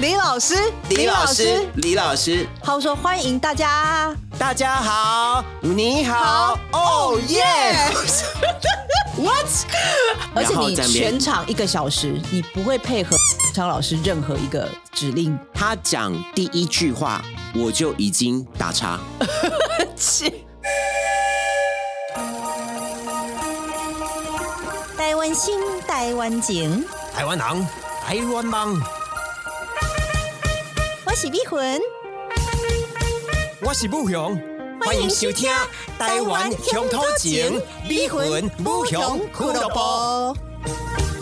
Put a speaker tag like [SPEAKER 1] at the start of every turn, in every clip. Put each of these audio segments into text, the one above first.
[SPEAKER 1] 李老师，
[SPEAKER 2] 李老师，李老师，
[SPEAKER 1] 他说欢迎大家，
[SPEAKER 2] 大家好，你好，
[SPEAKER 1] Oh,
[SPEAKER 2] 哦耶 ！What？
[SPEAKER 1] 而且
[SPEAKER 2] 然后
[SPEAKER 1] 你
[SPEAKER 2] 在那边
[SPEAKER 1] 全场一个小时，你不会配合张老师任何一个指令，
[SPEAKER 2] 他讲第一句话，我就已经打叉。
[SPEAKER 1] 台湾心，台湾情，
[SPEAKER 3] 台湾人，台湾梦，
[SPEAKER 1] 我是碧魂，
[SPEAKER 3] 我是武雄，
[SPEAKER 1] 欢迎收听
[SPEAKER 3] 台湾乡土情，美魂武雄俱乐部。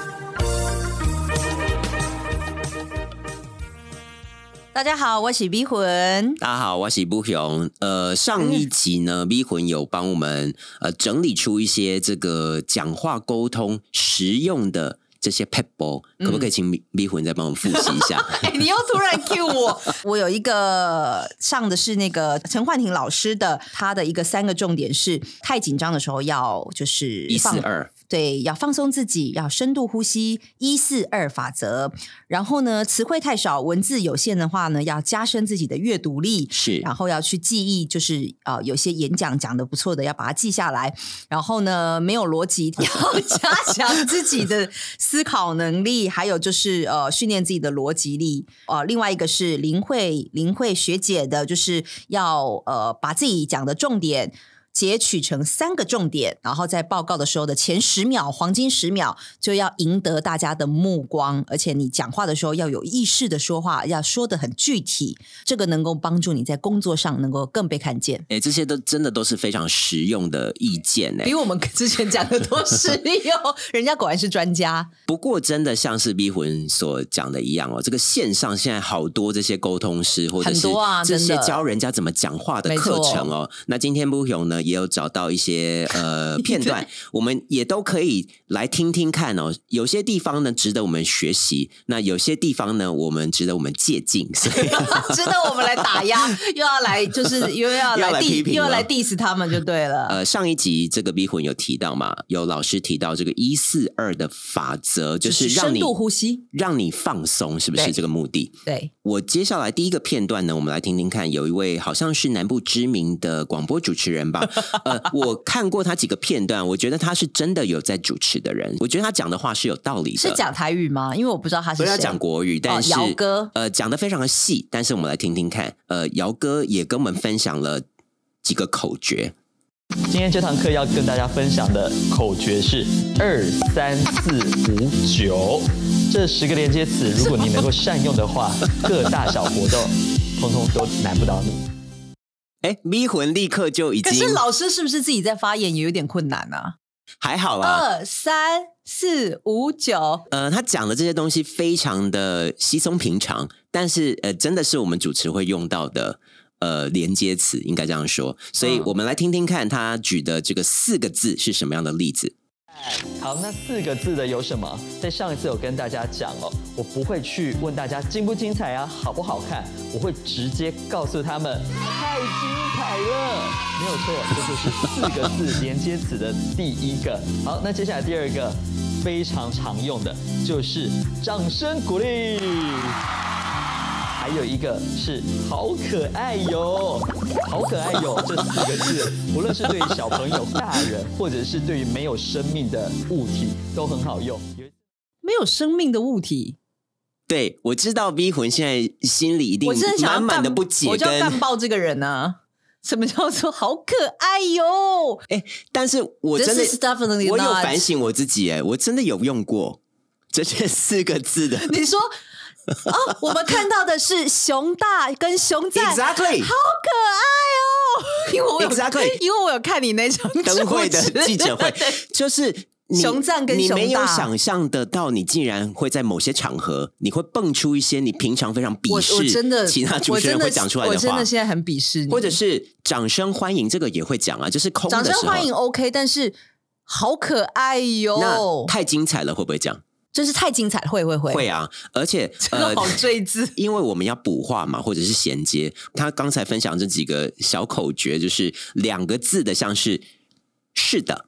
[SPEAKER 1] 大家好，我是碧魂，
[SPEAKER 2] 大家好，我是布雄。呃，上一集呢，咪魂有帮我们呃整理出一些这个讲话沟通实用的这些 pebble，、可不可以请咪咪魂再帮我们复习一下？
[SPEAKER 1] 哎、 你又突然 cue 我。 我有一个上的是那个陈焕廷老师的，他的一个三个重点是：太紧张的时候要就是
[SPEAKER 2] 一
[SPEAKER 1] 放
[SPEAKER 2] 四二，
[SPEAKER 1] 对，要放松自己，要深度呼吸，一四二法则。然后呢，词汇太少，文字有限的话呢，要加深自己的阅读力。
[SPEAKER 2] 是
[SPEAKER 1] 然后要去记忆，就是呃，有些演讲讲的不错的，要把它记下来。然后呢，没有逻辑， 要加强自己的思考能力，还有就是呃，训练自己的逻辑力。呃，另外一个是林慧林慧学姐的，就是要呃，把自己讲的重点。截取成三个重点，然后在报告的时候的前十秒，黄金十秒就要赢得大家的目光，而且你讲话的时候要有意识的说话，要说的很具体，这个能够帮助你在工作上能够更被看见，
[SPEAKER 2] 哎、这些都真的都是非常实用的意见哎、
[SPEAKER 1] 比我们之前讲的多实 用。人家果然是专家，
[SPEAKER 2] 不过，真的像是逼魂所讲的一样哦，这个线上现在好多这些沟通师，或者是
[SPEAKER 1] 很多啊
[SPEAKER 2] 这
[SPEAKER 1] 真的
[SPEAKER 2] 些教人家怎么讲话的
[SPEAKER 1] 没
[SPEAKER 2] 课
[SPEAKER 1] 错
[SPEAKER 2] 程哦。那今天不勇呢，也有找到一些 呃片段，我们也都可以来听听看哦。有些地方呢值得我们学习，那有些地方呢我们值得我们借鉴。所 以
[SPEAKER 1] 值得我们来打压，又要来就是又要
[SPEAKER 2] 又
[SPEAKER 1] 来
[SPEAKER 2] 要来
[SPEAKER 1] diss
[SPEAKER 2] 批评
[SPEAKER 1] 又要
[SPEAKER 2] 了
[SPEAKER 1] 来 diss 他们就对了。
[SPEAKER 2] 呃，上一集这个逼魂有提到嘛，有老师提到这个一四二的法则，就是让
[SPEAKER 1] 深
[SPEAKER 2] 你
[SPEAKER 1] 度呼吸，
[SPEAKER 2] 让你放松，是不是
[SPEAKER 1] 对
[SPEAKER 2] 这个目的？
[SPEAKER 1] 对，
[SPEAKER 2] 我接下来第一个片段呢，我们来听听看，有一位好像是南部知名的广播主持人吧，呃，我看过他几个片段，我觉得他是真的有在主持的人，我觉得他讲的话是有道理的，
[SPEAKER 1] 是讲台语吗？因为我不知道他是
[SPEAKER 2] 不
[SPEAKER 1] 谁。哦
[SPEAKER 2] 要讲国语，但是、
[SPEAKER 1] 姚哥
[SPEAKER 2] 呃讲的非常的细，但是我们来听听看，呃，姚哥也跟我们分享了几个口诀，
[SPEAKER 4] 今天这堂课要跟大家分享的口诀是二三四五九，这十个连接词，如果你能够善用的话，各大小活动通通都难不倒你。
[SPEAKER 2] 哎，迷魂立刻就已
[SPEAKER 1] 可
[SPEAKER 2] 经
[SPEAKER 1] 是老师是不是自己在发言也有点困难啊？
[SPEAKER 2] 还好啦，
[SPEAKER 1] 二三四五九，
[SPEAKER 2] 呃，他讲的这些东西非常的稀松平常，但是呃，真的是我们主持会用到的呃连接词，应该这样说。所以
[SPEAKER 1] 嗯
[SPEAKER 2] 我们来听听看他举的这个四个字是什么样的例子。
[SPEAKER 4] 好，那四个字的有什么？在上一次有跟大家讲哦，我不会去问大家精不精彩啊，好不好看，我会直接告诉他们太精彩了，没有错，这就是四个字连接词的第一个。好，那接下来第二个非常常用的就是掌声鼓励。还有一个是好可爱哟，好可爱哟这四个字，无论是对于小朋友、大人，或者是对于没有生命的物体，都很好用。有
[SPEAKER 1] 没有生命的物体，
[SPEAKER 2] 对，我知道 V 魂现在心里一定
[SPEAKER 1] 我真的想要
[SPEAKER 2] 满
[SPEAKER 1] 干
[SPEAKER 2] 满的不解
[SPEAKER 1] 我就要
[SPEAKER 2] 跟，
[SPEAKER 1] 干爆这个人啊！什么叫做好可爱哟？
[SPEAKER 2] 但是我真
[SPEAKER 1] This is
[SPEAKER 2] 的
[SPEAKER 1] definitely
[SPEAKER 2] 我有
[SPEAKER 1] not
[SPEAKER 2] 反省我自己，哎，我真的有用过这些四个字的
[SPEAKER 1] 你说哦，我们看到的是熊大跟熊仔，好
[SPEAKER 2] ，exactly
[SPEAKER 1] 可爱哦！因为我有
[SPEAKER 2] Exactly
[SPEAKER 1] 因为我有看你那 场
[SPEAKER 2] 灯会的
[SPEAKER 1] 主持
[SPEAKER 2] 记 者会，就是你
[SPEAKER 1] 熊赞跟
[SPEAKER 2] 你
[SPEAKER 1] 熊
[SPEAKER 2] 没有
[SPEAKER 1] 大
[SPEAKER 2] 想象得到，你竟然会在某些场合，你会蹦出一些你平常非常鄙
[SPEAKER 1] 我我
[SPEAKER 2] 视
[SPEAKER 1] 真的
[SPEAKER 2] 其他主
[SPEAKER 1] 我
[SPEAKER 2] 持人
[SPEAKER 1] 真的
[SPEAKER 2] 会讲出来
[SPEAKER 1] 我
[SPEAKER 2] 的
[SPEAKER 1] 真
[SPEAKER 2] 话
[SPEAKER 1] 的，现在很鄙视你，
[SPEAKER 2] 或者是掌声欢迎，这个也会讲啊，就是空的
[SPEAKER 1] 掌
[SPEAKER 2] 时
[SPEAKER 1] 声
[SPEAKER 2] 候。
[SPEAKER 1] 欢迎 OK，但是好可爱哟
[SPEAKER 2] 那，太精彩了，会不会讲？
[SPEAKER 1] 真是太精彩了，会会会，
[SPEAKER 2] 会啊，而且
[SPEAKER 1] 真
[SPEAKER 2] 呃
[SPEAKER 1] 的， 好坠字。
[SPEAKER 2] 因为我们要补话嘛，或者是衔接。他刚才 分享这几个小口诀，就是两个字的，像是“是的”，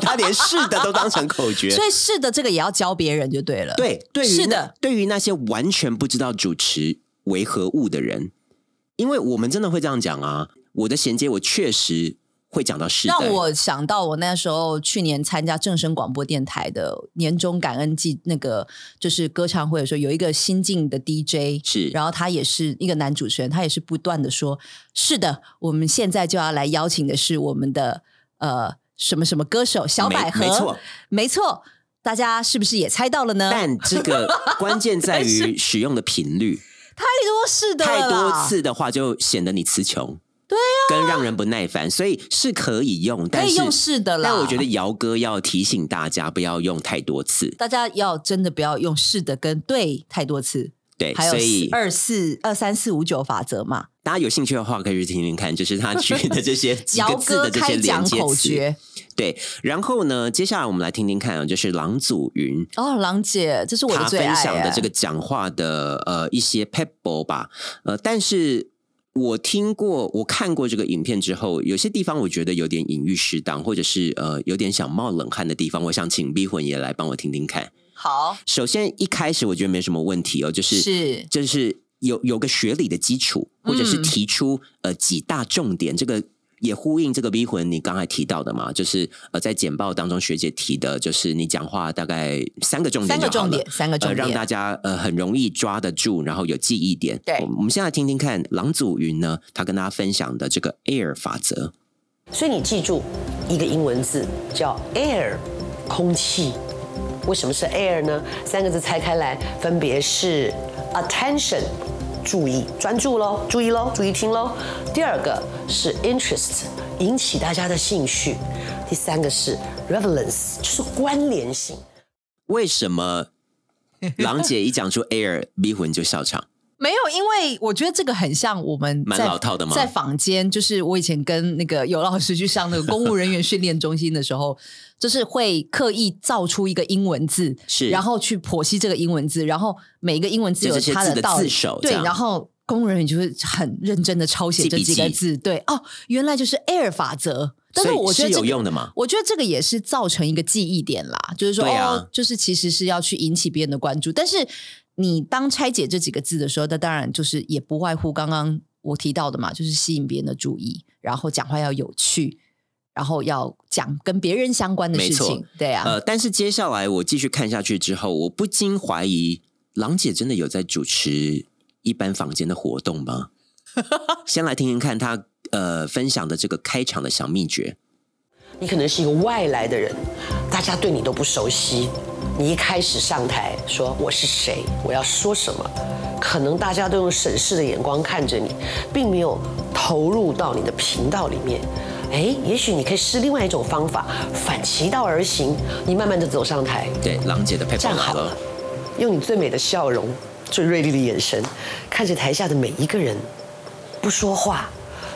[SPEAKER 2] 他连是的都当成口诀。
[SPEAKER 1] 所以是的，这个也要教别人就对了。，
[SPEAKER 2] 对，对于
[SPEAKER 1] 是
[SPEAKER 2] 那
[SPEAKER 1] 的，
[SPEAKER 2] 对于那些完全不知道主持为何物的人，因为我们真的会这样讲啊。我的衔接，我确实会讲到世代。
[SPEAKER 1] 让我想到我那时候去年参加正声广播电台的年终感恩季，那个就是歌唱会的时候，有一个新进的 DJ，
[SPEAKER 2] 是
[SPEAKER 1] 然后他也是一个男主持人，他也是不断的说：“是的，我们现在就要来邀请的是我们的呃什么什么歌手小
[SPEAKER 2] 没
[SPEAKER 1] 百合，嗯
[SPEAKER 2] 没错，
[SPEAKER 1] 没错，大家是不是也猜到了呢？
[SPEAKER 2] 但这个关键 在于使用的频率，
[SPEAKER 1] 太多是的了
[SPEAKER 2] 太多
[SPEAKER 1] 啦，
[SPEAKER 2] 次的话就显得你词穷，对呀、跟让人不耐烦，所以是可以用，
[SPEAKER 1] 可
[SPEAKER 2] 但
[SPEAKER 1] 以
[SPEAKER 2] 是
[SPEAKER 1] 用是的啦。
[SPEAKER 2] 但我觉得姚哥要提醒大家不要用太多次，
[SPEAKER 1] 大家要真的不要用是的跟对太多次，
[SPEAKER 2] 对，
[SPEAKER 1] 还有
[SPEAKER 2] 所以
[SPEAKER 1] 二四二三四五九法则嘛。
[SPEAKER 2] 大家有兴趣的话可以去听听看，就是他举 的这些几
[SPEAKER 1] 姚
[SPEAKER 2] 个字
[SPEAKER 1] 哥
[SPEAKER 2] 的这些
[SPEAKER 1] 开
[SPEAKER 2] 连
[SPEAKER 1] 讲
[SPEAKER 2] 接
[SPEAKER 1] 口
[SPEAKER 2] 词，
[SPEAKER 1] 诀
[SPEAKER 2] 对。然后呢，接下来我们来听听看啊，就是郎祖云
[SPEAKER 1] 哦，郎姐，这是我的
[SPEAKER 2] 他
[SPEAKER 1] 最爱、
[SPEAKER 2] 分
[SPEAKER 1] 欸。
[SPEAKER 2] 享的这个讲话的呃一些 pebble 吧，呃，但是我听过，我看过这个影片之后，有些地方我觉得有点隐喻适当，或者是呃有点想冒冷汗的地方，我想请逼魂也来帮我听听看。
[SPEAKER 1] 好
[SPEAKER 2] 首先一开始我觉得没什么问题哦，就是
[SPEAKER 1] 是
[SPEAKER 2] 就是有有个学理的基础，或者是
[SPEAKER 1] 嗯
[SPEAKER 2] 提出、呃几大重点，这个也呼应这个逼魂你刚才提到的嘛，就是呃在简报当中学姐提的，就是你讲话大概三个重
[SPEAKER 1] 三
[SPEAKER 2] 点就
[SPEAKER 1] 个
[SPEAKER 2] 好
[SPEAKER 1] 重
[SPEAKER 2] 了
[SPEAKER 1] 点，三个
[SPEAKER 2] 呃
[SPEAKER 1] 重
[SPEAKER 2] 让
[SPEAKER 1] 点。
[SPEAKER 2] 大家呃很容易抓得住，然后有记忆点。
[SPEAKER 1] 对
[SPEAKER 2] 我我们现在听听看郎祖云呢，他跟大家分享的这个 AIR 法则。
[SPEAKER 5] 所以你记住一个英文字叫 air，空气。为什么是 air 呢？三个字拆开来分别是 attention，注意、专注喽，注意喽，注意听喽。第二个是 interest，引起大家的兴趣。第三个是 relevance，就是关联性。
[SPEAKER 2] 为什么郎姐一讲出 AIR，逼魂就笑场？
[SPEAKER 1] 没有，因为我觉得这个很像我们
[SPEAKER 2] 蛮
[SPEAKER 1] 在
[SPEAKER 2] 老套的吗
[SPEAKER 1] 在坊间，就是我以前跟那个有老师去上那个公务人员训练中心的时候，就是会刻意造出一个英文字，
[SPEAKER 2] 是
[SPEAKER 1] 然后去剖析这个英文字，然后每一个英文字
[SPEAKER 2] 就
[SPEAKER 1] 有
[SPEAKER 2] 这些
[SPEAKER 1] 它
[SPEAKER 2] 字的
[SPEAKER 1] 道理
[SPEAKER 2] 字首
[SPEAKER 1] 对
[SPEAKER 2] 这，样
[SPEAKER 1] 然后。公务人员就会很认真的抄写
[SPEAKER 2] 记
[SPEAKER 1] 这
[SPEAKER 2] 笔
[SPEAKER 1] 几个
[SPEAKER 2] 记
[SPEAKER 1] 字，对哦，原来就是 air 法则， 但是
[SPEAKER 2] 所以
[SPEAKER 1] 我觉得
[SPEAKER 2] 是
[SPEAKER 1] 这
[SPEAKER 2] 有
[SPEAKER 1] 个
[SPEAKER 2] 用的嘛？
[SPEAKER 1] 我觉得这个也是造成一个记忆点啦，就是说，
[SPEAKER 2] 对啊
[SPEAKER 1] 哦，就是其实是要去引起别人的关注。但是你当拆解这几个字的时候，那当然就是也不外乎刚刚我提到的嘛，就是吸引别人的注意，然后讲话要有趣，然后要讲跟别人相关的
[SPEAKER 2] 没
[SPEAKER 1] 事
[SPEAKER 2] 错
[SPEAKER 1] 情。对啊，
[SPEAKER 2] 呃，但是接下来我继续看下去之后，我不禁怀疑郎姐真的有在主持一般坊间的活动 吗？先来听听看她呃分享的这个开场的小秘诀。
[SPEAKER 5] 你可能是一个外来的人，大家对你都不熟悉。你一开始上台说我是谁，我要说什么，可能大家都用审视的眼光看着你，并没有投入到你的频道里面。哎，也许你可以试另外一种方法，反其道而行，你慢慢的走上台，
[SPEAKER 2] 对，郎姐的配
[SPEAKER 5] 站
[SPEAKER 2] 方来
[SPEAKER 5] 好
[SPEAKER 2] 了
[SPEAKER 5] 了。，用你最美的笑容、最锐利的眼神，看着台下的每一个人，不说话。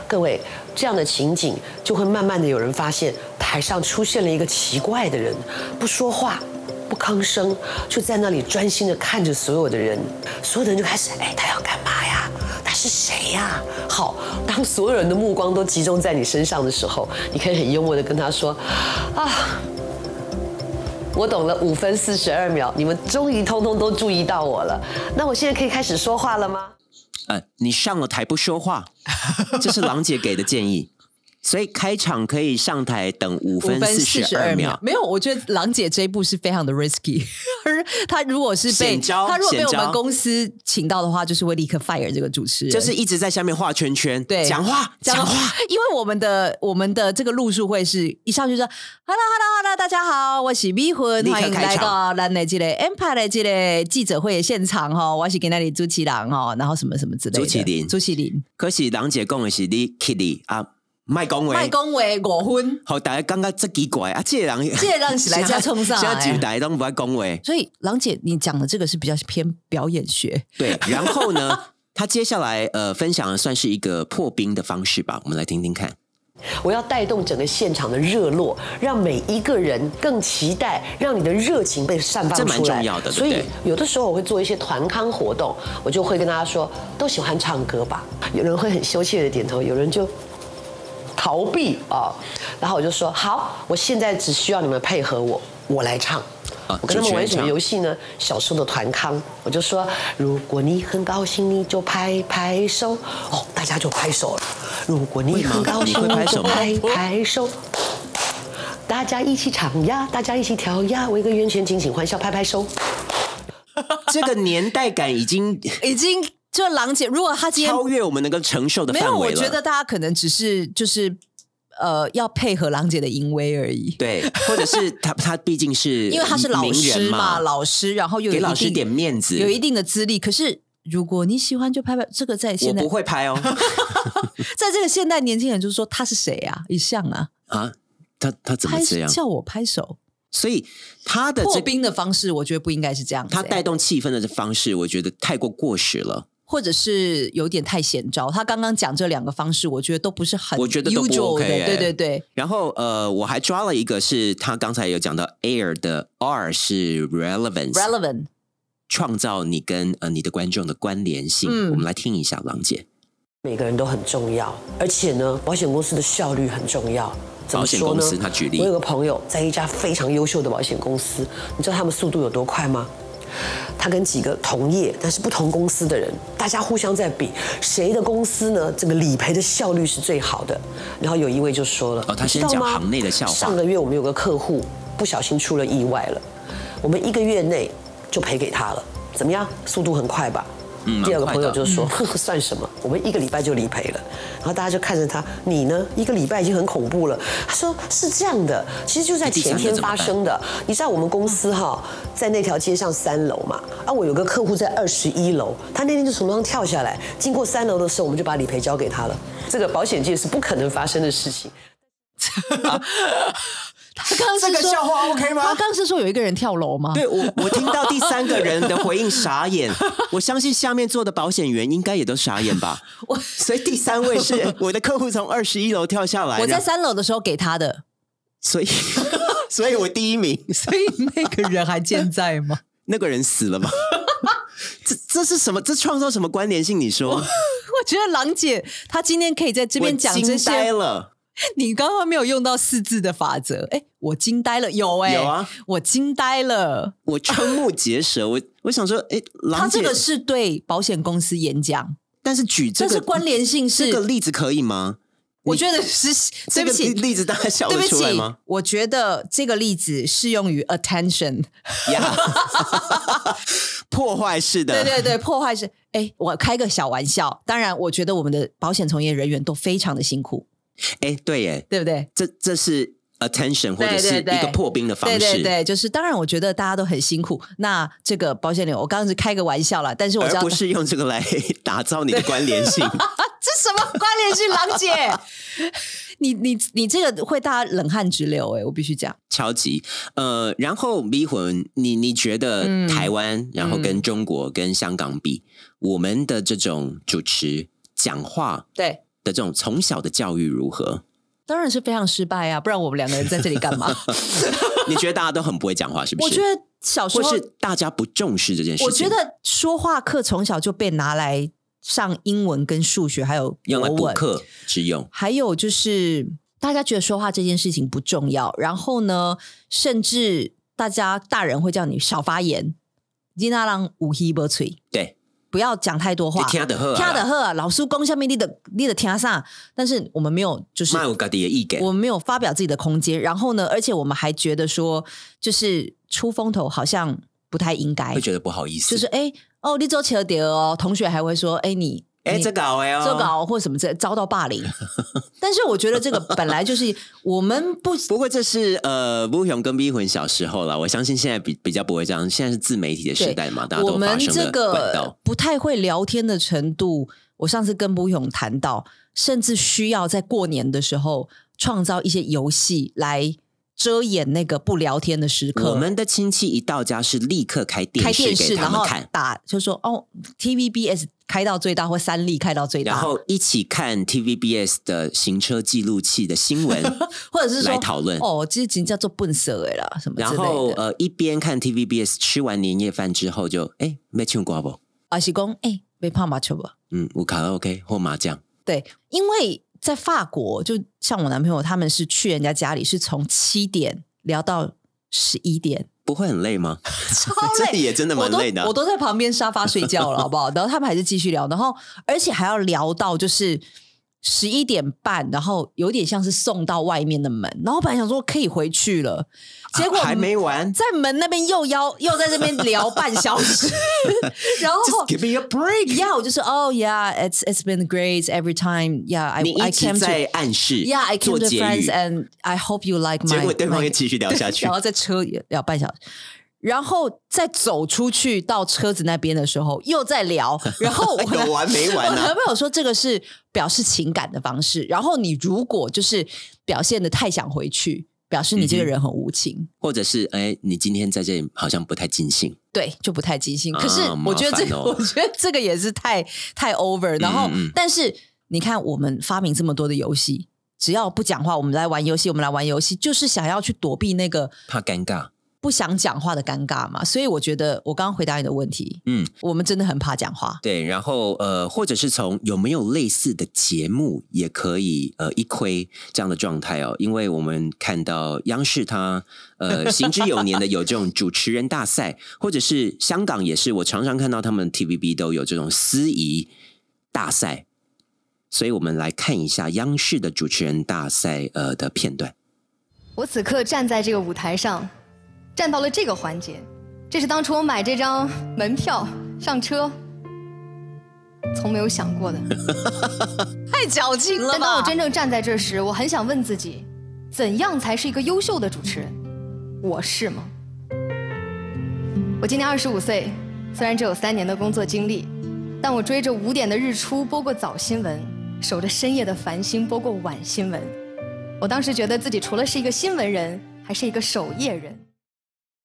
[SPEAKER 5] 各位，这样的情景就会慢慢的有人发现，台上出现了一个奇怪的人，不说话。不吭声，就在那里专心的看着所有的人，所有的人就开始，哎，他要干嘛呀？他是谁呀、好，当所有人的目光都集中在你身上的时候，你可以很幽默的跟他说，啊，我懂了，五分四十二秒，你们终于通通都注意到我了。那我现在可以开始说话了吗？
[SPEAKER 2] 呃，你上了台不说话， 这是郎姐给的建议。所以开场可以上台等五
[SPEAKER 1] 五
[SPEAKER 2] 分四十二秒。
[SPEAKER 1] 没有，我觉得郎姐这一步是非常的 risky。她如果是被
[SPEAKER 2] 险招
[SPEAKER 1] 她如果被我
[SPEAKER 2] 险
[SPEAKER 1] 们
[SPEAKER 2] 招
[SPEAKER 1] 公司请到的话，就是会立刻 fire 这个主持人，
[SPEAKER 2] 就是一直在下面画圈圈，
[SPEAKER 1] 对
[SPEAKER 2] 讲话，
[SPEAKER 1] 讲
[SPEAKER 2] 讲
[SPEAKER 1] 话
[SPEAKER 2] 话，，
[SPEAKER 1] 因为我们的我们的这个路数会是一上去说 “hello hello hello”，大家好，我是米魂，
[SPEAKER 2] 立刻
[SPEAKER 1] 欢迎
[SPEAKER 2] 开
[SPEAKER 1] 来
[SPEAKER 2] 场
[SPEAKER 1] 到咱的这个 Empire 的这个记者会的现场哈，我是给那里朱启郎哈，然后什么什么之类的，
[SPEAKER 2] 朱启林
[SPEAKER 1] 朱启林，
[SPEAKER 2] 可是郎姐讲的是你 Kitty 啊，麦公
[SPEAKER 1] 麦
[SPEAKER 2] 维，
[SPEAKER 1] 公维五分，
[SPEAKER 2] 好，大家刚刚这奇怪啊，这个人，
[SPEAKER 1] 这个人是来 这冲上来
[SPEAKER 2] 现在就大家都不爱恭维。
[SPEAKER 1] 所以郎姐你讲的这个是比较偏表演学，
[SPEAKER 2] 对，然后呢，他接下来呃分享的算是一个破冰的方式吧，我们来听 听看。
[SPEAKER 5] 我要带动整个现场的热络，让每一个人更期待，让你的热情被散发出
[SPEAKER 2] 这
[SPEAKER 5] 来。
[SPEAKER 2] 蛮重要的对不
[SPEAKER 5] 所以
[SPEAKER 2] 对
[SPEAKER 5] 有的时候我会做一些团康活动，我就会跟大家说，都喜欢唱歌吧。有人会很羞怯的点头，有人就逃避啊、然后我就说好，我现在只需要你们配合我，我来唱。
[SPEAKER 2] 啊
[SPEAKER 5] 我跟他们
[SPEAKER 2] 就全
[SPEAKER 5] 玩什么
[SPEAKER 2] 场
[SPEAKER 5] 游戏呢？小时候的团康，我就说，如果你很高兴，你就拍拍手，哦，大家就拍手了。如果你很高兴，
[SPEAKER 2] 你会
[SPEAKER 5] 你
[SPEAKER 2] 拍手
[SPEAKER 5] 就
[SPEAKER 2] 吗
[SPEAKER 5] 拍拍手。大家一起唱呀，大家一起跳呀，围个圆圈，尽情欢笑，拍拍手。
[SPEAKER 2] 这个年代感已经
[SPEAKER 1] 已经就郎姐，如果她今天
[SPEAKER 2] 超越我们能够承受的
[SPEAKER 1] 没有，
[SPEAKER 2] 范
[SPEAKER 1] 我
[SPEAKER 2] 围了。
[SPEAKER 1] 觉得大家可能只是就是呃要配合郎姐的淫威而已，
[SPEAKER 2] 对，或者是他他毕竟 是
[SPEAKER 1] 因为她是老
[SPEAKER 2] 名人
[SPEAKER 1] 师
[SPEAKER 2] 嘛，
[SPEAKER 1] 老师，然后又有
[SPEAKER 2] 给
[SPEAKER 1] 一
[SPEAKER 2] 老师
[SPEAKER 1] 定
[SPEAKER 2] 点面子，
[SPEAKER 1] 有一定的资历，可是。如果你喜欢就拍拍，这个在
[SPEAKER 2] 我
[SPEAKER 1] 现在
[SPEAKER 2] 不会 拍哦
[SPEAKER 1] 在这个现代年轻人就是说他是谁啊？一向啊，
[SPEAKER 2] 啊，他他怎么
[SPEAKER 1] 拍
[SPEAKER 2] 这样？
[SPEAKER 1] 叫我拍手
[SPEAKER 2] 所以他的
[SPEAKER 1] 破
[SPEAKER 2] 这
[SPEAKER 1] 冰的方式，我觉得不应该是这样子、
[SPEAKER 2] 他带动气氛的方式，我觉得太过过时了。
[SPEAKER 1] 或者是有点太显招。他刚刚讲这两个方式，我觉得都不是很
[SPEAKER 2] 我觉得都不
[SPEAKER 1] usual 的
[SPEAKER 2] OK 欸
[SPEAKER 1] 对对 对，
[SPEAKER 2] 然后呃，我还抓了一个是他刚才有讲到 air 的 r 是 relevance，
[SPEAKER 1] relevant。
[SPEAKER 2] 创造你跟呃你的观众的关联性。
[SPEAKER 1] 嗯
[SPEAKER 2] 我们来听一下郎姐，
[SPEAKER 5] 每个人都很重要，而且呢，保险公司的效率很重要。怎
[SPEAKER 2] 保
[SPEAKER 5] 么说
[SPEAKER 2] 险
[SPEAKER 5] 呢？
[SPEAKER 2] 公司他举例
[SPEAKER 5] 我有个朋友在一家非常优秀的保险公司，你知道他们速度有多快吗？他跟几个同业但是不同公司的人，大家互相在比，谁的公司呢？这个理赔的效率是最好的。然后有一位就说了，
[SPEAKER 2] 哦他
[SPEAKER 5] 你知
[SPEAKER 2] 先讲
[SPEAKER 5] 道吗
[SPEAKER 2] 行内的笑话
[SPEAKER 5] 上个月我们有个客户不小心出了意外了，我们一个月内就赔给他了，怎么样？速度很快吧？
[SPEAKER 2] 嗯
[SPEAKER 5] 第二个
[SPEAKER 2] 蛮快
[SPEAKER 5] 朋
[SPEAKER 2] 的
[SPEAKER 5] 友就说：“呵呵， 算什么？我们一个礼拜就理赔了。”然后大家就看着他，你呢？一个礼拜已经很恐怖了。他说：“是这样的，其实就在
[SPEAKER 2] 第三
[SPEAKER 5] 前
[SPEAKER 2] 个
[SPEAKER 5] 天
[SPEAKER 2] 怎么
[SPEAKER 5] 发
[SPEAKER 2] 办
[SPEAKER 5] 生的。你知道我们公司哈，在那条街上三楼嘛，啊，我有个客户在二十一楼，他那天就从楼上跳下来，经过三楼的时候，我们就把理赔交给他了。这个保险界是不可能发生的事情。”
[SPEAKER 1] 他刚是
[SPEAKER 2] 这个
[SPEAKER 1] 说
[SPEAKER 2] 笑话 OK 吗
[SPEAKER 1] 他刚是说有一个人跳楼吗？
[SPEAKER 2] 对我我听到第三个人的回应 傻眼，我相信下面坐的保险员应该也都傻眼吧。所以第三位是 我的客户从二十一楼跳下来，
[SPEAKER 1] 我在
[SPEAKER 2] 然后
[SPEAKER 1] 三楼的时候给他的，
[SPEAKER 2] 所以 所以我第一名，
[SPEAKER 1] 所以那个人还健在吗？
[SPEAKER 2] 那个人死了吗？这这是什么？这创造什么关联性？你说
[SPEAKER 1] 我觉得郎姐她今天可以在这边讲
[SPEAKER 2] 我
[SPEAKER 1] 这
[SPEAKER 2] 惊呆
[SPEAKER 1] 些，
[SPEAKER 2] 了。
[SPEAKER 1] 你刚刚没有用到四字的法则。哎，我惊呆了，有哎、
[SPEAKER 2] 有啊，
[SPEAKER 1] 我惊呆了。
[SPEAKER 2] 我瞠目结舌，我我想说，哎，
[SPEAKER 1] 他
[SPEAKER 2] 郎姐，
[SPEAKER 1] 这个是对保险公司演讲，
[SPEAKER 2] 但是举这
[SPEAKER 1] 但
[SPEAKER 2] 个
[SPEAKER 1] 是关联性是，
[SPEAKER 2] 这个例子可以吗？
[SPEAKER 1] 我觉得是对不起
[SPEAKER 2] 这个。例例子大家笑
[SPEAKER 1] 对
[SPEAKER 2] 得
[SPEAKER 1] 不
[SPEAKER 2] 出来
[SPEAKER 1] 起
[SPEAKER 2] 吗？，
[SPEAKER 1] 我觉得这个例子适用于 attention，
[SPEAKER 2] 呀， 破坏式的，
[SPEAKER 1] 对对对，破坏是，哎，我开个小玩笑。当然，我觉得我们的保险从业人员都非常的辛苦，
[SPEAKER 2] 哎，对耶，
[SPEAKER 1] 对不对？
[SPEAKER 2] 这这是 attention 或者是
[SPEAKER 1] 对对
[SPEAKER 2] 一
[SPEAKER 1] 对
[SPEAKER 2] 个破冰的方式，
[SPEAKER 1] 对对对，就是当然，我觉得大家都很辛苦。那这个保险流，我刚刚是开个玩笑啦，但是我知
[SPEAKER 2] 而
[SPEAKER 1] 道
[SPEAKER 2] 呃不是用这个来打造你的关联性。
[SPEAKER 1] 这什么关联性，郎姐， 你你你这个会大家冷汗直流哎、我必须讲。
[SPEAKER 2] 超级呃，然后迷魂，你你觉得
[SPEAKER 1] 嗯
[SPEAKER 2] 台湾，然后跟中国、跟香港比，我们的这种主持讲话
[SPEAKER 1] 对，
[SPEAKER 2] 的这种从小的教育如何？
[SPEAKER 1] 当然是非常失败啊，不然我们两个人在这里 干嘛？
[SPEAKER 2] 你觉得大家都很不会讲话，是不是？
[SPEAKER 1] 我觉得小时
[SPEAKER 2] 或
[SPEAKER 1] 候，
[SPEAKER 2] 是大家不重视这件事情，
[SPEAKER 1] 我觉得说话课从小就被拿来上英文跟数学，还有
[SPEAKER 2] 用来
[SPEAKER 1] 国
[SPEAKER 2] 补
[SPEAKER 1] 文
[SPEAKER 2] 课之用。
[SPEAKER 1] 还有就是大家觉得说话这件事情不重要，然后呢，甚至大家大人会叫你少发言，你那让无希不嘴，
[SPEAKER 2] 对，
[SPEAKER 1] 不要讲太多
[SPEAKER 2] 你
[SPEAKER 1] 话。
[SPEAKER 2] 听得 喝，啊
[SPEAKER 1] 听的，呵，啊老师公下面你的你的听啥？但是我们没有，就是
[SPEAKER 2] 卖我家己的意见
[SPEAKER 1] 啊我们没有发表自己的空间。然后呢，而且我们还觉得说，就是出风头好像不太应该
[SPEAKER 2] 会，觉得不好意思，
[SPEAKER 1] 就是哎、哦，你做球碟哦，同学还会说哎、你
[SPEAKER 2] 哎，
[SPEAKER 1] 你
[SPEAKER 2] 这搞哎哦，
[SPEAKER 1] 这搞或什么这遭到霸 凌。但是我觉得这个本来就是我们不
[SPEAKER 2] 不过这是呃，不雄跟逼魂小时候啦，我相信现在比比较不会这样。现在是自媒体的时代嘛，大家都
[SPEAKER 1] 我
[SPEAKER 2] 有
[SPEAKER 1] 们
[SPEAKER 2] 发声
[SPEAKER 1] 这
[SPEAKER 2] 的管
[SPEAKER 1] 个
[SPEAKER 2] 道。
[SPEAKER 1] 不太会聊天的程度，我上次跟不勇谈到，甚至需要在过年的时候创造一些游戏来遮掩那个不聊天的时刻。
[SPEAKER 2] 我们的亲戚一到家是立刻开电
[SPEAKER 1] 开
[SPEAKER 2] 视
[SPEAKER 1] 电
[SPEAKER 2] 给
[SPEAKER 1] 视，
[SPEAKER 2] 他
[SPEAKER 1] 然
[SPEAKER 2] 们
[SPEAKER 1] 后
[SPEAKER 2] 看，
[SPEAKER 1] 打就说哦，TVBS 开到最大或三立开到最
[SPEAKER 2] 然
[SPEAKER 1] 大，
[SPEAKER 2] 后一起看 TVBS 的行车记录器的 新闻，
[SPEAKER 1] 或者是说
[SPEAKER 2] 来讨论
[SPEAKER 1] 哦，这人叫做笨蛇哎啦什么之
[SPEAKER 2] 然
[SPEAKER 1] 类
[SPEAKER 2] 后
[SPEAKER 1] 的。
[SPEAKER 2] 呃一边看 TVBS 吃完年夜饭之后就哎没唱歌不？
[SPEAKER 1] 阿喜公哎，被胖马球吧？
[SPEAKER 2] 嗯，我卡拉 OK 或麻将，
[SPEAKER 1] 对，因为在法国，就像我男朋友他们是去人家家里，是从七点聊到十一 点，
[SPEAKER 2] 不会很累吗？
[SPEAKER 1] 超
[SPEAKER 2] 这
[SPEAKER 1] 累。
[SPEAKER 2] 也真的蛮累的啊、
[SPEAKER 1] 我都，我都在旁边沙发睡觉了，好不好？然后他们还是继续聊，然后而且还要聊到就是十一点半，然后有点像是送到外面的门，然后我本来想说可以回去了，结果、
[SPEAKER 2] 啊还没完。
[SPEAKER 1] 在门那边又邀又在这边聊半小 时，然后
[SPEAKER 2] Just give me a break。
[SPEAKER 1] yeah，我就说 oh yeah it's it's been great every time yeah I
[SPEAKER 2] 你
[SPEAKER 1] I
[SPEAKER 2] 一直
[SPEAKER 1] came to
[SPEAKER 2] 在暗示
[SPEAKER 1] yeah I
[SPEAKER 2] 做
[SPEAKER 1] came to
[SPEAKER 2] 结语
[SPEAKER 1] friends，and I hope you like my
[SPEAKER 2] 结果对方
[SPEAKER 1] my-
[SPEAKER 2] 又继续聊下 去
[SPEAKER 1] 然。后在车也聊半小时。然后再走出去到车子那边的时 候，又在聊。然后我
[SPEAKER 2] 有完没完
[SPEAKER 1] 我
[SPEAKER 2] 啊
[SPEAKER 1] 男朋友说这个是表示情感的方式。然后你如果就是表现的太想回去，表示你这个
[SPEAKER 2] 嗯
[SPEAKER 1] 人很无情。
[SPEAKER 2] 或者是哎，你今天在这里好像不太尽兴，
[SPEAKER 1] 对，就不太尽兴。
[SPEAKER 2] 啊
[SPEAKER 1] 可是我觉得这个，
[SPEAKER 2] 麻烦哦
[SPEAKER 1] 我觉得这个也是太太 over。然后，
[SPEAKER 2] 嗯嗯
[SPEAKER 1] 但是你看，我们发明这么多的游戏，只要不讲话，我们来玩游戏，我们来玩游戏，就是想要去躲避那个
[SPEAKER 2] 怕尴尬。
[SPEAKER 1] 不想讲话的尴尬嘛。所以我觉得，我刚刚回答你的问题，
[SPEAKER 2] 嗯，
[SPEAKER 1] 我们真的很怕讲话。
[SPEAKER 2] 对，然后呃，或者是从有没有类似的节目也可以呃一窥这样的状态哦，因为我们看到央视它呃行之有年的有这种主持人大赛，或者是香港也是，我常常看到他们 TVB 都有这种司仪大赛，所以我们来看一下央视的主持人大赛呃的片段。
[SPEAKER 6] 我此刻站在这个舞台上，站到了这个环节，这是当初我买这张门票上车从没有想过的。
[SPEAKER 1] 太矫情了
[SPEAKER 6] 但当我真正站在这时，我很想问自己，怎样才是一个优秀的主持人？我是吗？我今年二十五岁，虽然只有三年的工作经历，但我追着五点的日出播过早新闻，守着深夜的繁星播过晚新闻。我当时觉得自己除了是一个新闻人，还是一个守夜人。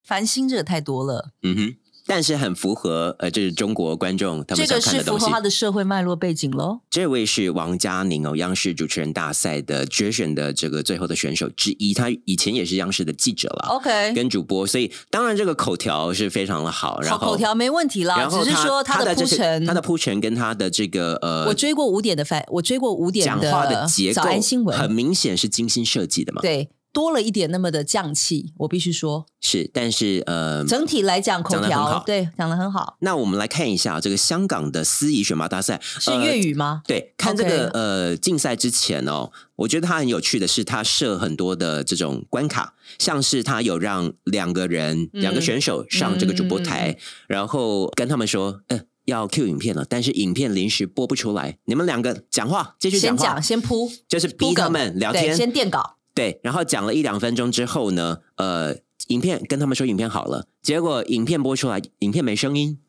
[SPEAKER 1] 烦心这个太多了，
[SPEAKER 2] 嗯哼，但是很符合呃，这是中国观众他
[SPEAKER 1] 这
[SPEAKER 2] 们想
[SPEAKER 1] 个
[SPEAKER 2] 看
[SPEAKER 1] 是
[SPEAKER 2] 的
[SPEAKER 1] 符
[SPEAKER 2] 东
[SPEAKER 1] 合
[SPEAKER 2] 西。
[SPEAKER 1] 他的社会脉络背景喽。
[SPEAKER 2] 这位是王嘉宁哦，央视主持人大赛的决选的这个最后的选手之一，他以前也是央视的记者啦
[SPEAKER 1] OK，
[SPEAKER 2] 跟主播，所以当然这个口条是非常的好，然
[SPEAKER 1] 好
[SPEAKER 2] 后
[SPEAKER 1] 口条没问题啦，
[SPEAKER 2] 然后
[SPEAKER 1] 只是说
[SPEAKER 2] 他
[SPEAKER 1] 的
[SPEAKER 2] 这
[SPEAKER 1] 铺
[SPEAKER 2] 些
[SPEAKER 1] 陈，
[SPEAKER 2] 他的铺陈跟他的这个呃，
[SPEAKER 1] 我追过五点的饭，我追过五点
[SPEAKER 2] 讲话的结构
[SPEAKER 1] 早安新闻，
[SPEAKER 2] 很明显是精心设计的嘛，
[SPEAKER 1] 对，多了一点那么的降气，我必须说，
[SPEAKER 2] 是，但是呃，
[SPEAKER 1] 整体来讲口
[SPEAKER 2] 讲得很
[SPEAKER 1] 条
[SPEAKER 2] 好
[SPEAKER 1] 对讲的很好，
[SPEAKER 2] 那我们来看一下这个香港的司仪选拔大赛
[SPEAKER 1] 是
[SPEAKER 2] 呃
[SPEAKER 1] 粤语吗？
[SPEAKER 2] 对，看这个
[SPEAKER 1] OK
[SPEAKER 2] 呃竞赛之前哦，我觉得它很有趣的是，它设很多的这种关卡，像是它有让两个人、
[SPEAKER 1] 嗯
[SPEAKER 2] 两个选手上这个主播台，然后跟他们说，嗯、要 Q 影片了，但是影片临时播不出来，你们两个讲话，继续
[SPEAKER 1] 先
[SPEAKER 2] 讲话，
[SPEAKER 1] 讲，先铺，
[SPEAKER 2] 就是逼
[SPEAKER 1] 铺梗
[SPEAKER 2] 他们聊
[SPEAKER 1] 对
[SPEAKER 2] 天，
[SPEAKER 1] 先垫稿，
[SPEAKER 2] 对，然后讲了一两分钟之后呢，呃，影片跟他们说影片好了，结果影片播出来，影片没声音，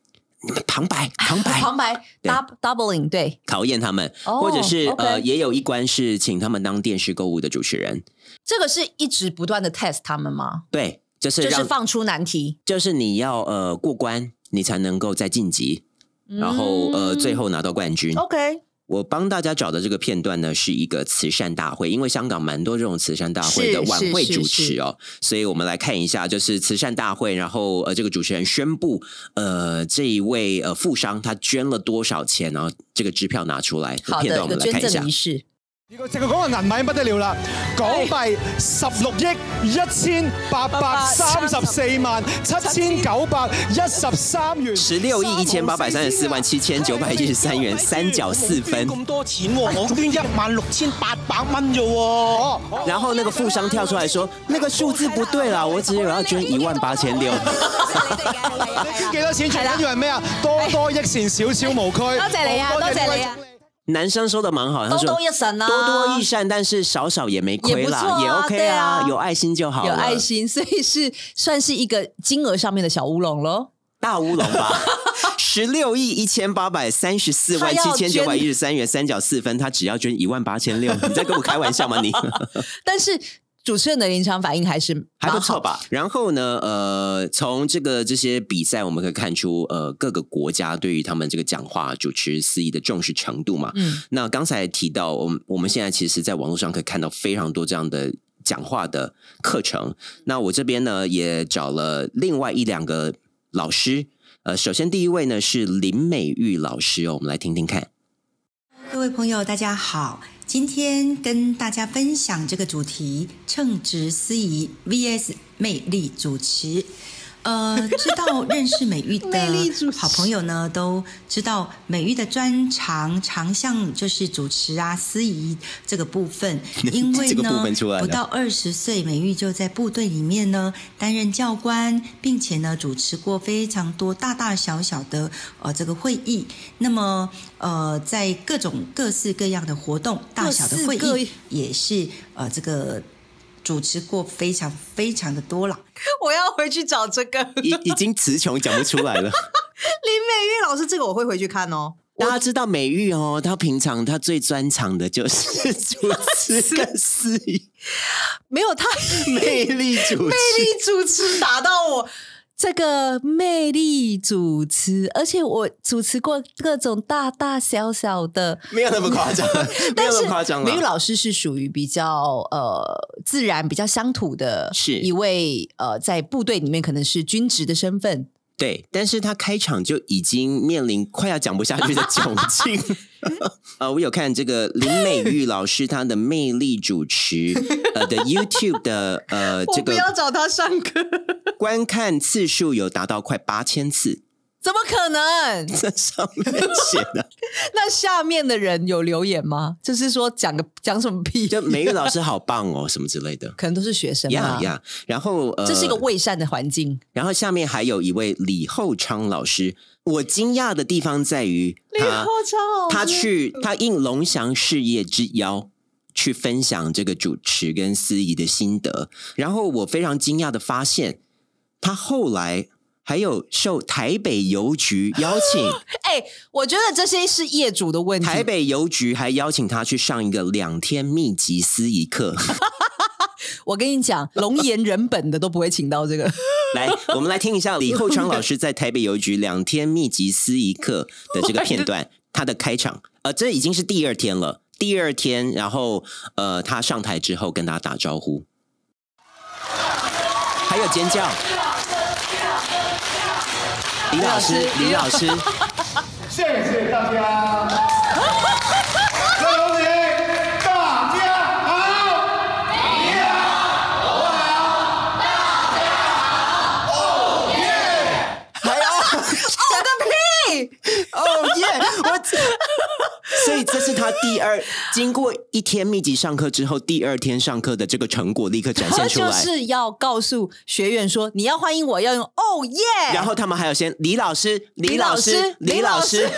[SPEAKER 2] 你们旁白，旁白，
[SPEAKER 1] 旁白
[SPEAKER 2] 哎对
[SPEAKER 1] dub- doubling 对，
[SPEAKER 2] 考验他们，
[SPEAKER 1] 哦
[SPEAKER 2] 或者是
[SPEAKER 1] OK
[SPEAKER 2] 呃，也有一关是请他们当电视购物的主持人。
[SPEAKER 1] 这个是一直不断的 test 他们吗？
[SPEAKER 2] 对，就是
[SPEAKER 1] 就
[SPEAKER 2] 让
[SPEAKER 1] 是放出难题，
[SPEAKER 2] 就是你要呃过关，你才能够再晋级，然后、呃
[SPEAKER 1] 嗯
[SPEAKER 2] 最后拿到冠军。
[SPEAKER 1] OK
[SPEAKER 2] 我帮大家找的这个片段呢，是一个慈善大会，因为香港蛮多这种慈善大会的
[SPEAKER 1] 是
[SPEAKER 2] 晚
[SPEAKER 1] 是
[SPEAKER 2] 会
[SPEAKER 1] 是
[SPEAKER 2] 主持哦，所以我们来看一下，就是慈善大会，然后呃，这个主持人宣布，呃，这一位呃富商他捐了多少钱，然后这个支票拿出来，
[SPEAKER 1] 好
[SPEAKER 2] 片段
[SPEAKER 1] 的
[SPEAKER 2] 我
[SPEAKER 1] 一个
[SPEAKER 2] 们来
[SPEAKER 1] 捐
[SPEAKER 2] 看一下
[SPEAKER 1] 赠仪。式，
[SPEAKER 7] 成個講嘅銀啊碼不得了啦，港幣十六億一千八百三十四萬七千九百一十三元，
[SPEAKER 2] 十六亿一千八百三十四万七千九百一十三元，三角四分。
[SPEAKER 3] 哎咁多錢喎，我捐一萬六千八百蚊啫喎。
[SPEAKER 7] 哦
[SPEAKER 2] 然后那个富商跳出来说：“那个数字不对啦，我只有要捐一万八千六。
[SPEAKER 7] 捐幾多錢最緊要係咩啊？
[SPEAKER 2] 哎
[SPEAKER 7] 多多益善，少少無拘。多謝
[SPEAKER 6] 你啊多謝你啊！”
[SPEAKER 2] 男生说的蛮好，他
[SPEAKER 1] 多
[SPEAKER 2] 说：“
[SPEAKER 1] 多益善啊，
[SPEAKER 2] 多多益善，但是少少也没亏
[SPEAKER 1] 也
[SPEAKER 2] 啦，
[SPEAKER 1] 不错啊
[SPEAKER 2] 也 OK
[SPEAKER 1] 对啊
[SPEAKER 2] 有爱心就好了，
[SPEAKER 1] 有爱心，所以是算是一个金额上面的小乌龙喽。
[SPEAKER 2] 大乌龙 吧。”十六亿一千八百三十四万七千九百一十三元，三角四分，他只要捐一万八千六，你在跟我开玩笑吗？你
[SPEAKER 1] 但是主持人的临场反应还是
[SPEAKER 2] 还
[SPEAKER 1] 蛮
[SPEAKER 2] 不
[SPEAKER 1] 好
[SPEAKER 2] 错
[SPEAKER 1] 的
[SPEAKER 2] 吧？然后呢，呃，从这个这些比赛，我们可以看出，呃，各个国家对于他们这个讲话主持司仪的重视程度嘛。
[SPEAKER 1] 嗯，
[SPEAKER 2] 那刚才提到，我们我们现在其实在网络上可以看到非常多这样的讲话的课程。那我这边呢也找了另外一两个老师，呃，首先第一位呢是林美玉老师哦，我们来听听看。
[SPEAKER 8] 各位朋友，大家好。今天跟大家分享这个主题：称职司仪 VS 魅力主持。呃，知道认识美玉
[SPEAKER 1] 魅力主
[SPEAKER 8] 的
[SPEAKER 1] 持
[SPEAKER 8] 好朋友呢，都知道美玉的专长长项就是主持啊、司仪这个 部分。因为
[SPEAKER 2] 这个部
[SPEAKER 8] 呢
[SPEAKER 2] 分出来，了
[SPEAKER 8] 不到二十岁，美玉就在部队里面呢担任教官，并且呢主持过非常多大大小小的呃这个会议。那么呃，在各种各式各样的活动、大小的会
[SPEAKER 1] 各式各
[SPEAKER 8] 议，也是呃这个主持过非常非常的多了。
[SPEAKER 1] 我要回去找这个林美
[SPEAKER 2] 已已经词穷讲不出来了。
[SPEAKER 1] 玉老师，这个我会回去看哦。
[SPEAKER 2] 大家知道美玉哦，她平常她最专长的就 是主持跟司仪，
[SPEAKER 1] 没有 他
[SPEAKER 2] 魅力主
[SPEAKER 1] 魅
[SPEAKER 2] 持。
[SPEAKER 1] 力主持打到我。这个魅力主持，而且我主持过各种大大小小的，
[SPEAKER 2] 没有那么夸张，没有那么夸张
[SPEAKER 1] 美玉
[SPEAKER 2] 了。
[SPEAKER 1] 老师是属于比较呃自然、比较乡土的，
[SPEAKER 2] 是
[SPEAKER 1] 一位呃在部队里面可能是军职的身份，
[SPEAKER 2] 对，但是他开场就已经面临快要讲不下去的窘境。 呃，我有看这个林美玉老师她的魅力主持呃的 YouTube 的呃这个
[SPEAKER 1] 找他上课，
[SPEAKER 2] 观看次数有达到快八千次，
[SPEAKER 1] 怎么可能？
[SPEAKER 2] 这上面写的。
[SPEAKER 1] 那下面的人有留言吗？就是说讲个讲什么屁，
[SPEAKER 2] 就美玉老师好棒哦，什么之类的。
[SPEAKER 1] 可能都是学生
[SPEAKER 2] 呀
[SPEAKER 1] 嘛。
[SPEAKER 2] 呀， 然后呃，
[SPEAKER 1] 这是一个伪善的环境，
[SPEAKER 2] 然后下面还有一位李厚昌老师，我惊讶的地方在于他，他去他应龙翔事业之邀。去分享这个主持跟司仪的心得，然后我非常惊讶的发现，他后来还有受台北邮局邀请，
[SPEAKER 1] 哎、我觉得这些是业主的问题。
[SPEAKER 2] 台北邮局还邀请他去上一个两天密集司仪课。
[SPEAKER 1] 我跟你讲，龙岩人本的都不会请到 这个。
[SPEAKER 2] 来，我们来听一下李厚昌老师在台北邮局两天密集司仪课的这个片 段，他的开场。呃，这已经是第二天了，第二天，然后呃，他上台之后跟大家打招呼，还有尖叫。李老师，李老师，
[SPEAKER 9] 谢谢大家，各位同学，大家好。
[SPEAKER 2] 哦耶！我， 所以这是他第二，经过一天密集上课之后，第二天上课的这个成果立刻展
[SPEAKER 1] 他
[SPEAKER 2] 现出
[SPEAKER 1] 就
[SPEAKER 2] 来。
[SPEAKER 1] 是要告诉学员说，你要欢迎我，要用哦耶。
[SPEAKER 2] 然后他们还有先李老师、李老师、
[SPEAKER 1] 李
[SPEAKER 2] 李
[SPEAKER 1] 老
[SPEAKER 2] 老
[SPEAKER 1] 师
[SPEAKER 2] 师。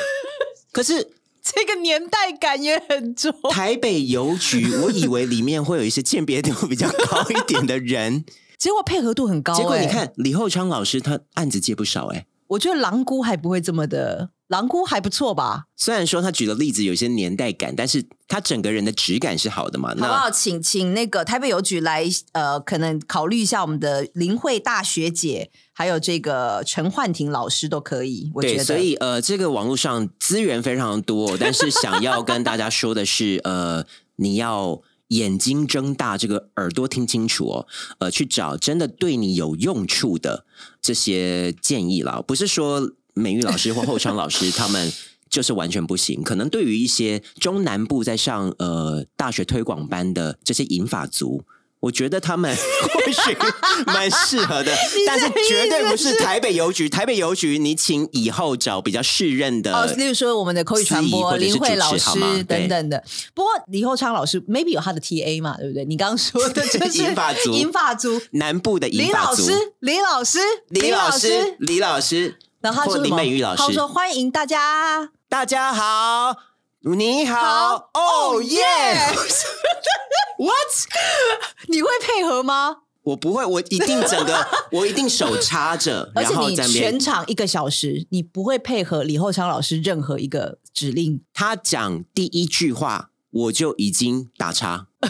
[SPEAKER 2] 可是
[SPEAKER 1] 这个年代感也很重。
[SPEAKER 2] 台北邮局，我以为里面会有一些鉴别度比较高一点的人，
[SPEAKER 1] 结果配合度 很高、
[SPEAKER 2] 结果你
[SPEAKER 1] 哎，
[SPEAKER 2] 看李厚昌老师他案子接不少哎、
[SPEAKER 1] 我觉得狼姑还不会这么的，狼姑还不错吧？
[SPEAKER 2] 虽然说他举的例子有些年代感，但是他整个人的质感是好的嘛。
[SPEAKER 1] 好不好？
[SPEAKER 2] 那
[SPEAKER 1] 请请那个台北邮局来，呃，可能考虑一下我们的林慧大学姐，还有这个陈焕婷老师都可以。我觉
[SPEAKER 2] 对，
[SPEAKER 1] 得，
[SPEAKER 2] 所以呃，这个网络上资源非常多，但是想要跟大家说的是，呃，你要眼睛睁大，这个耳朵听清楚哦，呃，去找真的对你有用处的这些建议啦，不是说美玉老师或后昌老师他们。就是完全不行，可能对于一些中南部在上呃大学推广班的这些银发族，我觉得他们 或许蛮适 合的，但是绝对不是台北邮局。台北邮局，你请以后找比较适任的
[SPEAKER 1] 哦，例如说我们的口语传
[SPEAKER 2] 呃司仪
[SPEAKER 1] 播
[SPEAKER 2] 或者是
[SPEAKER 1] 林慧
[SPEAKER 2] 主持
[SPEAKER 1] 老
[SPEAKER 2] 好吗
[SPEAKER 1] 师
[SPEAKER 2] 对
[SPEAKER 1] 等等的。不过李厚昌老师 maybe 有他的 TA 嘛，对不对？你刚刚说的就是
[SPEAKER 2] 银发族
[SPEAKER 1] 银发族，
[SPEAKER 2] 南部的
[SPEAKER 1] 李
[SPEAKER 2] 银发
[SPEAKER 1] 老
[SPEAKER 2] 族
[SPEAKER 1] 师，李老师，
[SPEAKER 2] 李老师，李老师，
[SPEAKER 1] 然后他
[SPEAKER 2] 或
[SPEAKER 1] 说什
[SPEAKER 2] 林
[SPEAKER 1] 么
[SPEAKER 2] 美玉老
[SPEAKER 1] 他
[SPEAKER 2] 师
[SPEAKER 1] 说，欢迎大家。
[SPEAKER 2] 大家好，你好，哦耶！
[SPEAKER 1] 你会配合吗？
[SPEAKER 2] 我不会，我一定 整个，我一定手插着，
[SPEAKER 1] 而
[SPEAKER 2] 然
[SPEAKER 1] 且
[SPEAKER 2] 后
[SPEAKER 1] 你
[SPEAKER 2] 在那
[SPEAKER 1] 全
[SPEAKER 2] 边。
[SPEAKER 1] 场一个小时，你不会配合李厚昌老师任何一个指 令。
[SPEAKER 2] 他讲第一句话，我就已经打叉。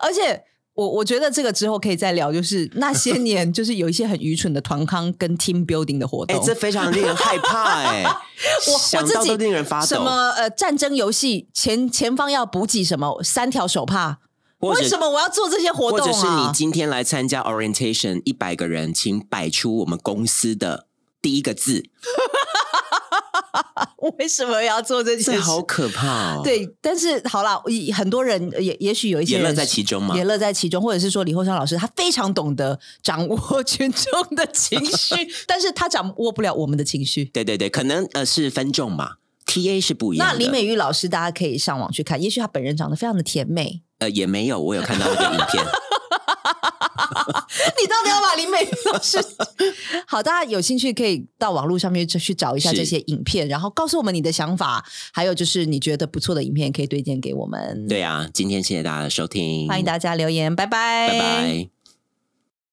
[SPEAKER 1] 而且我我觉得这个之后可以再聊，就是那 些年就是有一些很愚蠢的团康跟 team building 的活
[SPEAKER 2] 哎、
[SPEAKER 1] 动。
[SPEAKER 2] 这非常令人害怕 哎、
[SPEAKER 1] 我我
[SPEAKER 2] 想
[SPEAKER 1] 自
[SPEAKER 2] 到
[SPEAKER 1] 己
[SPEAKER 2] 都令人发抖。
[SPEAKER 1] 什么呃战争游戏前前方要补给什么三条手帕？
[SPEAKER 2] 或者
[SPEAKER 1] 为什么我要做这些活动啊？
[SPEAKER 2] 或者是你今天来参加 orientation，一百个人，请摆出我们公司的第一个字。
[SPEAKER 1] 为什么要做这件
[SPEAKER 2] 这
[SPEAKER 1] 事？
[SPEAKER 2] 好可怕哦！，
[SPEAKER 1] 对，但是好啦，以很多人也也许有一些
[SPEAKER 2] 也乐
[SPEAKER 1] 人
[SPEAKER 2] 在
[SPEAKER 1] 是
[SPEAKER 2] 其中嘛
[SPEAKER 1] 也乐在其中，或者是说李厚山老师他非常懂得掌握群众的情 绪，但是他掌握不了我们的情绪。
[SPEAKER 2] 对对对，可能呃是分众嘛，TA 是不一样
[SPEAKER 1] 那
[SPEAKER 2] 的。
[SPEAKER 1] 李美玉老师，大家可以上网去看，也许她本人长得非常的甜美。
[SPEAKER 2] 呃也没有，我有看到那个影片，
[SPEAKER 1] 你到底要把李美玉老师？好，大家有兴趣可以到网络上面去去找一下
[SPEAKER 2] 是
[SPEAKER 1] 这些影片，然后告诉我们你的想法，还有就是你觉得不错的影片可以推荐给我们。，
[SPEAKER 2] 对啊，今天谢谢大家的收听，
[SPEAKER 1] 欢迎大家留言，拜拜，
[SPEAKER 2] 拜拜。